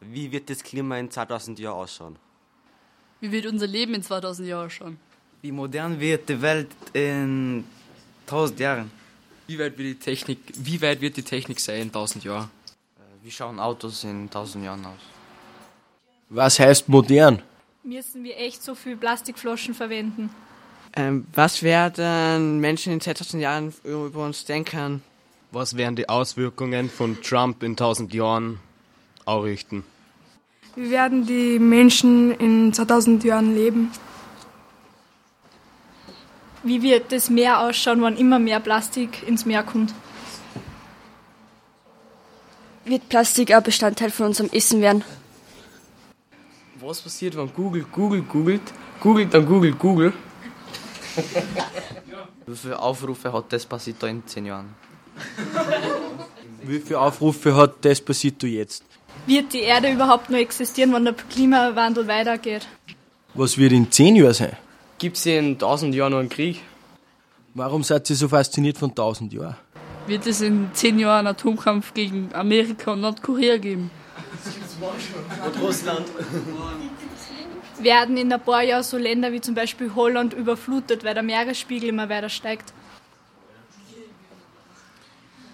wie wird das Klima in 2000 Jahren ausschauen? Wie wird unser Leben in 2000 Jahren ausschauen? Wie modern wird die Welt in 1000 Jahren? Wie weit wird die Technik, wie weit wird die Technik sein in 1000 Jahren? Wie schauen Autos in 1000 Jahren aus? Was heißt modern? Müssen wir echt so viel Plastikflaschen verwenden? Ähm, was werden Menschen in 2000 Jahren über uns denken? Was werden die Auswirkungen von Trump in 1000 Jahren ausrichten? Wie werden die Menschen in 2000 Jahren leben? Wie wird das Meer ausschauen, wann immer mehr Plastik ins Meer kommt? Wird Plastik ein Bestandteil von unserem Essen werden? Was passiert, wenn Google Google googelt, googelt dann Google Google? Wie viele Aufrufe hat Despacito in 10 Jahren? Wie viele Aufrufe hat Despacito jetzt? Wird die Erde überhaupt noch existieren, wenn der Klimawandel weitergeht? Was wird in 10 Jahren sein? Gibt es in 1000 Jahren noch einen Krieg? Warum seid ihr so fasziniert von 1000 Jahren? Wird es in 10 Jahren einen Atomkampf gegen Amerika und Nordkorea geben? Und Russland. Werden in ein paar Jahren so Länder wie zum Beispiel Holland überflutet, weil der Meeresspiegel immer weiter steigt?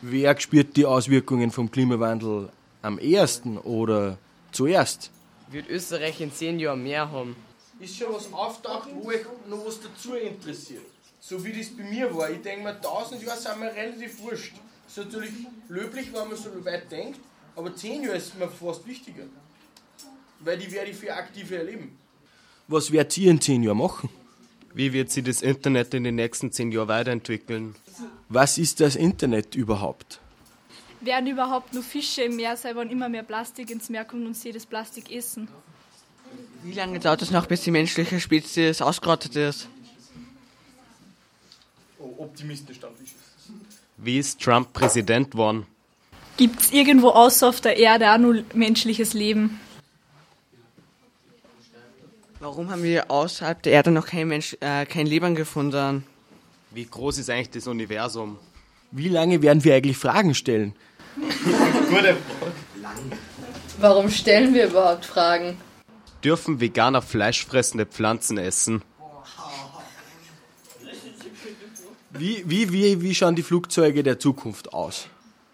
Wer spürt die Auswirkungen vom Klimawandel am ersten oder zuerst? Wird Österreich in zehn Jahren mehr haben? Ist schon was auftaucht, wo euch noch was dazu interessiert. So wie das bei mir war. Ich denke mir, 1000 Jahre sind mir relativ wurscht. Ist natürlich löblich, wenn man so weit denkt, aber 10 Jahre ist mir fast wichtiger. Weil die werde ich viel aktiver erleben. Was werdet ihr in 10 Jahren machen? Wie wird sich das Internet in den nächsten 10 Jahren weiterentwickeln? Was ist das Internet überhaupt? Werden überhaupt nur Fische im Meer sein, wann immer mehr Plastik ins Meer kommt und sie das Plastik essen? Wie lange dauert es noch, bis die menschliche Spezies ausgerottet ist? Oh, optimistisch dann ich. Wie ist Trump Präsident worden? Gibt es irgendwo außer auf der Erde auch nur menschliches Leben? Warum haben wir außerhalb der Erde noch kein, Mensch, äh, kein Leben gefunden? Wie groß ist eigentlich das Universum? Wie lange werden wir eigentlich Fragen stellen? Gute Frage. Warum stellen wir überhaupt Fragen? Dürfen Veganer fleischfressende Pflanzen essen? Wie, wie, wie, wie schauen die Flugzeuge der Zukunft aus?